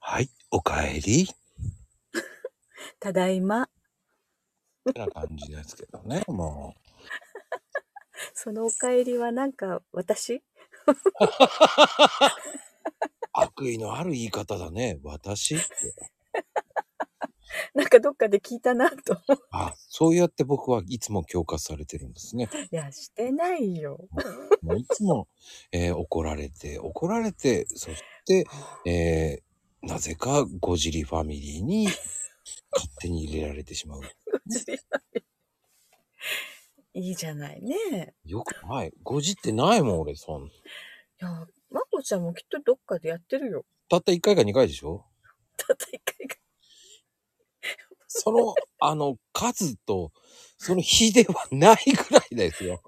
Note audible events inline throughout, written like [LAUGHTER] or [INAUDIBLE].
はい、おかえり。ただいま。ってな感じですけどね、もそのお帰りはなんか私う。悪意のある言い方だね、私って。なんかどっかで聞いたなと。あ、そうやって僕はいつも強化されてるんですね。いや、してないよ。もういつも、えー怒られて、怒られて、そして、えーなぜかゴジリファミリーに勝手に入れられてしまう。 [LAUGHS] いいじゃないね。よくない。ゴジってないもん、俺、そん。いや、まこちゃんもきっとどっかでやって [LAUGHS] るよ。たった1回か2回でしょたった一回が。その、あの、数と、その比ではないぐらいですよ。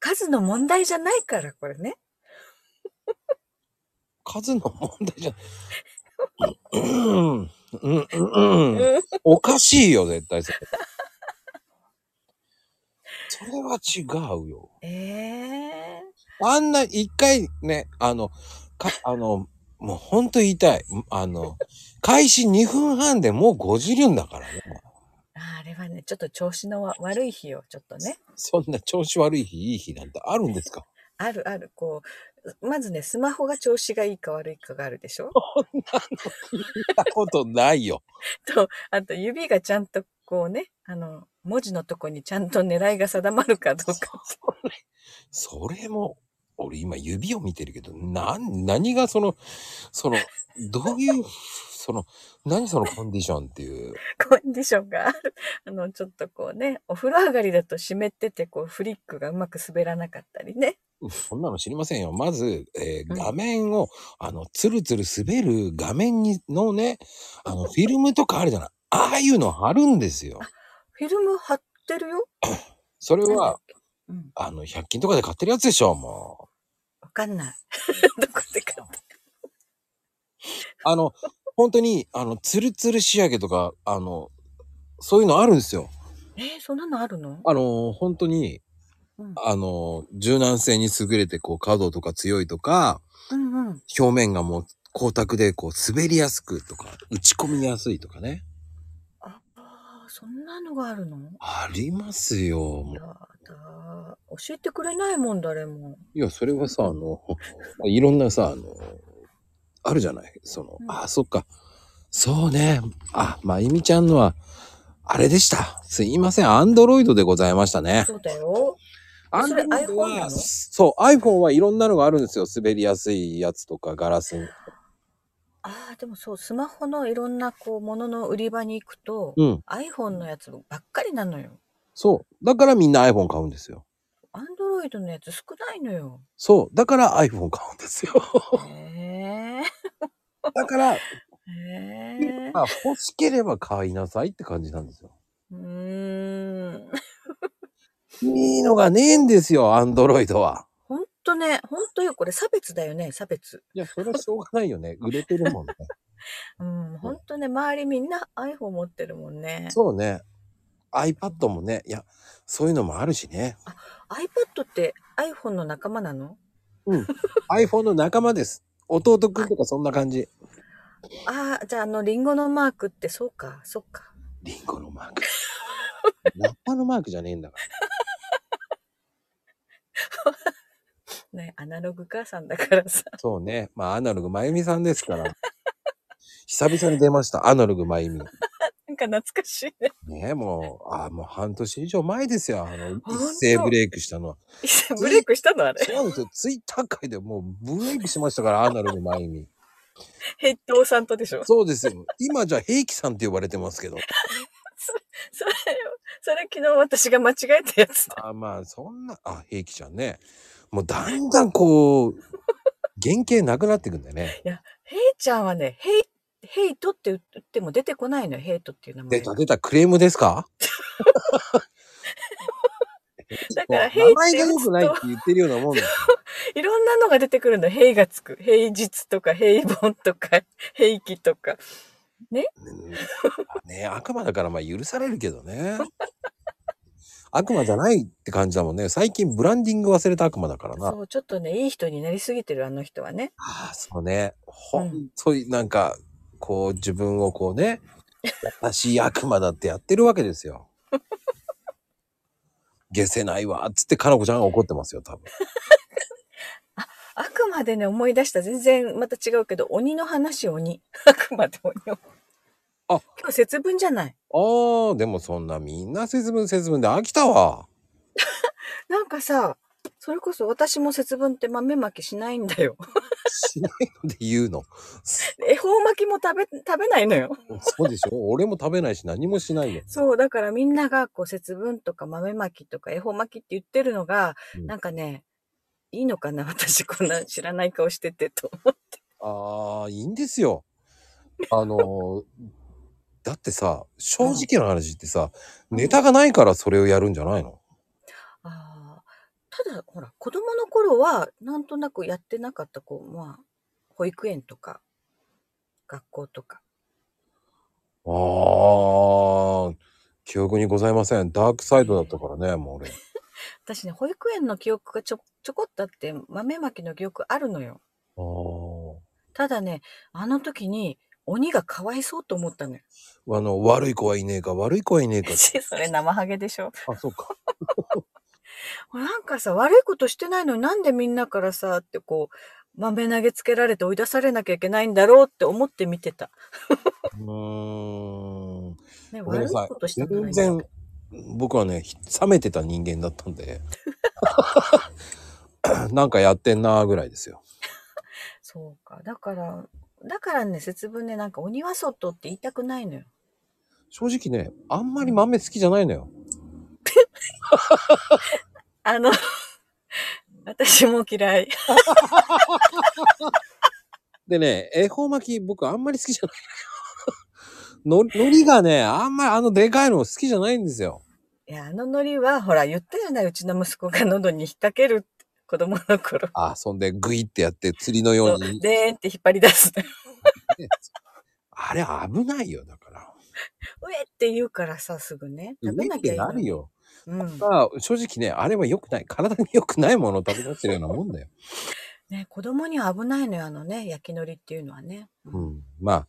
数の問題じゃないから、これね。数の問題じゃうんうんうんうんうんおかしいよ絶対それそれは違うよええあんな一回ねあのかあのもうほんと言いたいあの開始2分半でもう5じるんだからねああれはね、ちょっと調子のわ悪い日をちょっとね。そんな調子悪い日いい日なんてあるんですかあるある、こう、まずね、スマホが調子がいいか悪いかがあるでしょ聞いたことないよと、あと指がちゃんとこうね、あの、文字のとこにちゃんと狙いが定まるかどう [LAUGHS] か。それも、俺今指を見てるけど、なん、何がその、その、どういう、その、何そのコンディションっていう。コンディションがある。あの、ちょっとこうね、お風呂上がりだと湿ってて、こう、フリックがうまく滑らなかったりね。そんなの知りませんよ。まず、えーうん画面を、あの、つるつる滑る画面にのね、あの、フィルムとかあるじゃない。ああいうの貼るんですよ。フィルム貼ってるよ。それなんだはっ、けうん。あの、100均とかで買ってるやつでしょ、もう。わかんない。 [LAUGHS] どこで買ったあの、本当に、あの、つるつる仕上げとか、あの、そういうのあるんですよ。えーそんなのあるのあの、本当に、うんあの、柔軟性に優れて、こう、角とか強いとか、うんうん。表面がもう光沢で、こう、滑りやすくとか、打ち込みやすいとかね。ああー、そんなのがあるのありますよ。やだー。教えてくれないもん、誰 [LAUGHS] も。いや、それはさ、あの、 [LAUGHS] いろんなさ、あの、あるじゃないそのう、んあ、そっか。そうね。あ、まゆみちゃんのは、あれでした。すいません。アンドロイドでございましたね。そうだよ。アンそドれロイド iPhone なは、のそう、iPhone はいろんなのがあるんですよ。滑りやすいやつとか、ガラスに。ああ、でもそう、スマホのいろんな、こう、ものの売り場に行くと、うん。 iPhone のやつばっかりなのよ。そう。だからみんな iPhone 買うんですよ。アンドロイドのやつ少ないのよ。そう。だから iPhone 買うん [LAUGHS] ですよ。へえ。だから、へえ。まあ、欲しければ買いなさいって感じなんですよ。うーん。いいのがねえんですよ、アンドロイドは。ほんとね、ほんとよ、これ差別だよね、差別。いや、それはしょうがないよ [LAUGHS] ね。売れてるもんね。うん、ほんとね、周りみんな iPhone 持ってるもんね。そうね。iPad もね。いや、そういうのもあるしね。 iPad って iPhone の仲間なの iPhone の仲間です。弟くんとかそんな感じ。ああ、じゃああの、リンゴのマークってそうか、そうか。リンゴのマーク。ラッパのマークじゃねえんだから。ね、アナログ母さんだからさ。 [LAUGHS] そうね。まあ、アナログまゆみさんですから。久々に出ました。アナログまゆみ。なんか懐かしいね。ねえ、もう、あもう半年以上前ですよ。あの、当一斉ブレイクしたのは。ブレイクしたのあれ。そうですよ。ツイッター界でもうブレイクしましたから、アナログまゆみ。ヘッドさんとでしょ。そうですよ。今じゃ平気さんって呼ばれてますけど。それ、それ昨日私が間違えたやつだ。あまあ、そんな、あ、平気ちゃんね。もうだんだんこう、原型なくなっていくんだよね。ヘイちゃんはね、ヘイ、ヘイトって打っても出てこないのよ、ヘイトっていう名前出たが。出たクレームですか [LAUGHS] だ [LAUGHS] もから、うヘイ名っ前てが良くないっ打て言ってるようなもんだよ。つ [LAUGHS] と、いろんなのが出てくるの。ヘイがつく。平日とか、平凡とか、 [LAUGHS] 平気とか。うんまあね悪魔だからまあ許されるけどね。悪魔じゃないって感じだもんね。最近ブランディング忘れた悪魔だからな。そう、ちょっとね、いい人になりすぎてる、あの人はね。ああ、そうね。ほうんんとになんか、こう自分をこうね、私悪魔だってやってるわけですよ。 [LAUGHS] 消せないわ、つってかなこちゃんが怒ってますよ、多分。あくまでね、思い出した。全然また違うけど、鬼の話、鬼。 [LAUGHS] あくまで鬼を。あ今日節分じゃない。ああ、でもそんなみんな節分節分で飽きたわ。なんかさ、それこそ私も節分って豆まきしないんだよ。 [LAUGHS] しないので言うの。恵方巻きも食べ、食べないのよ。そうでしょ俺も食べないし何もしないよ。そう、だからみんながこう節分とか豆まきとか恵方巻きって言ってるのが、うんなんかね、いいのかな私こんな知らない顔しててと。ああ、いいんですよ。あのー、だってさ、正直な話ってさ、ネタがないからそれをやるんじゃないの [LAUGHS] あーただ、ほら、子供の頃はなんとなくやってなかった子、まあ、保育園とか、学校とか。ああ、記憶にございません。ダークサイドだったからね、もう俺。私ね、保育園の記憶がちょ、ちょこっとあって、豆まきの記憶あるのよ。あーただね、あの時に鬼がかわいそうと思ったの [LAUGHS] よ。あの、悪い子はいねえか、悪い子はいねえ [LAUGHS] か。それ生ハゲでしょあ、そうか。なんかさ、悪いことしてないのになんでみんなからさ、ってこう、豆投げつけられて追い出されなきゃいけないんだろうって思って見てた。うーん。ごね、めん悪ないさいこと。したくない全んだよ然、僕はね、冷めてた人間だったんで。 [LAUGHS] なんかやってんなーぐらいですよ。そうか。だから、だからね、節分ね、なんか鬼は外って言いたくないのよ。正直ね、あんまり豆好きじゃないのよ。あの、 [LAUGHS] 私も嫌い。でね、恵方巻き僕あんまり好きじゃないのよ。の、 [LAUGHS] 海苔がね、あんまりあのでかいの好きじゃないんですよ。いや、あのノリは、ほら、言ったじゃない、うちの息子が喉に引っ掛けるって子供の頃。あ、そんでグイってやって釣りのよう [LAUGHS] に。でーんって引っ張り出す。あれ危ないよ、だから。 [LAUGHS] うえって言うからさ、すぐね。食べ上なっきゃていいなのるよ。うん。まあ、正直ね、あれは良くない。体に良くないものを食べさせてるようなもんだ [LAUGHS] よ。ね、子供には危ないのよ、あのね、焼き海苔っていうのはね。うん。まあ、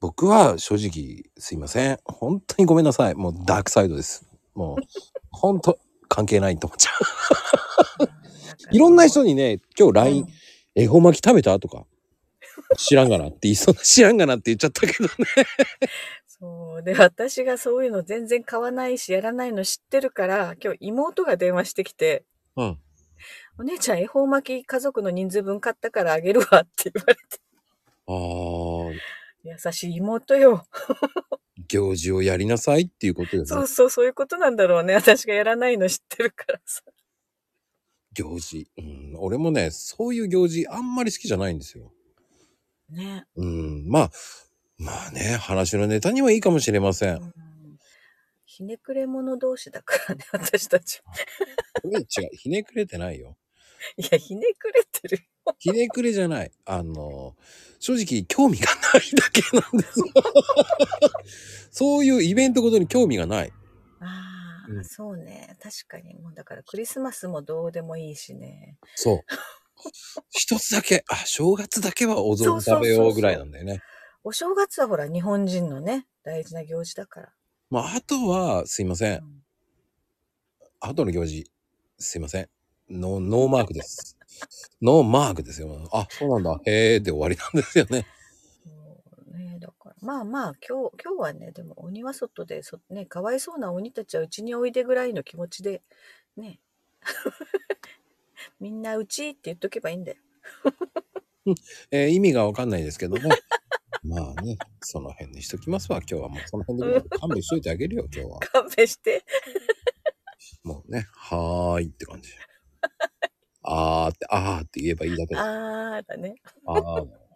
僕は正直すいません。本当にごめんなさい。もうダークサイドです。もう、本当関係ないと思っちゃう。いろんな人にね、今日 LINE イン恵方巻き食べたとか。知らんがなって言いそうな、知らんがなって言っちゃったけどね。そう。で、私がそういうの全然買わないし、やらないの知ってるから、今日妹が電話してきて、うん。お姉ちゃん恵方巻き家族の人数分買ったからあげるわって言われて。ああ、優しい妹よ。行事をやりなさいっていうことよそねう。そう、そういうことなんだろうね。私がやらないの知ってるからさ。行事。うん。俺もね、そういう行事あんまり好きじゃないんですよ。ね。うん。まあ、まあね、話のネタにはいいかもしれませ。うんんひねくれ者同士だからね、私たちは。これ違う。ひねくれてないよ。いや、ひねくれてるよ。ひねくれじゃない。あの、正直興味がないだけなんですよ。そういうイベントごとに興味がない。ああ、うんそうね。確かに。もうだからクリスマスもどうでもいいしね。そう。 [LAUGHS] 一つだけ、あ、正月だけはお雑煮そうそ食うそうべようぐらいなんだよね。お正月はほら、日本人のね、大事な行事だから。まあ、あとは、すいませ。うんんあとの行事、すいません。ノーノーマークです。 [LAUGHS] ノーマークですよ。あ、そうなんだ。へーで終わりなんですよね。そうね、だから。まあまあ、今日、今日はね、でも鬼は外で、そね、かわいそうな鬼たちはうちにおいでぐらいの気持ちで、ね。 [LAUGHS] みんなうちって言っとけばいいんだよ。えー意味がわかんないですけどね。 [LAUGHS] まあね、その辺にしときますわ。今日はもうその辺で勘弁しといてあげるよ、今日は。勘弁して。もうね、はーいって感じ。あーって、あーって言えばいいだけだ。あーだね。あー。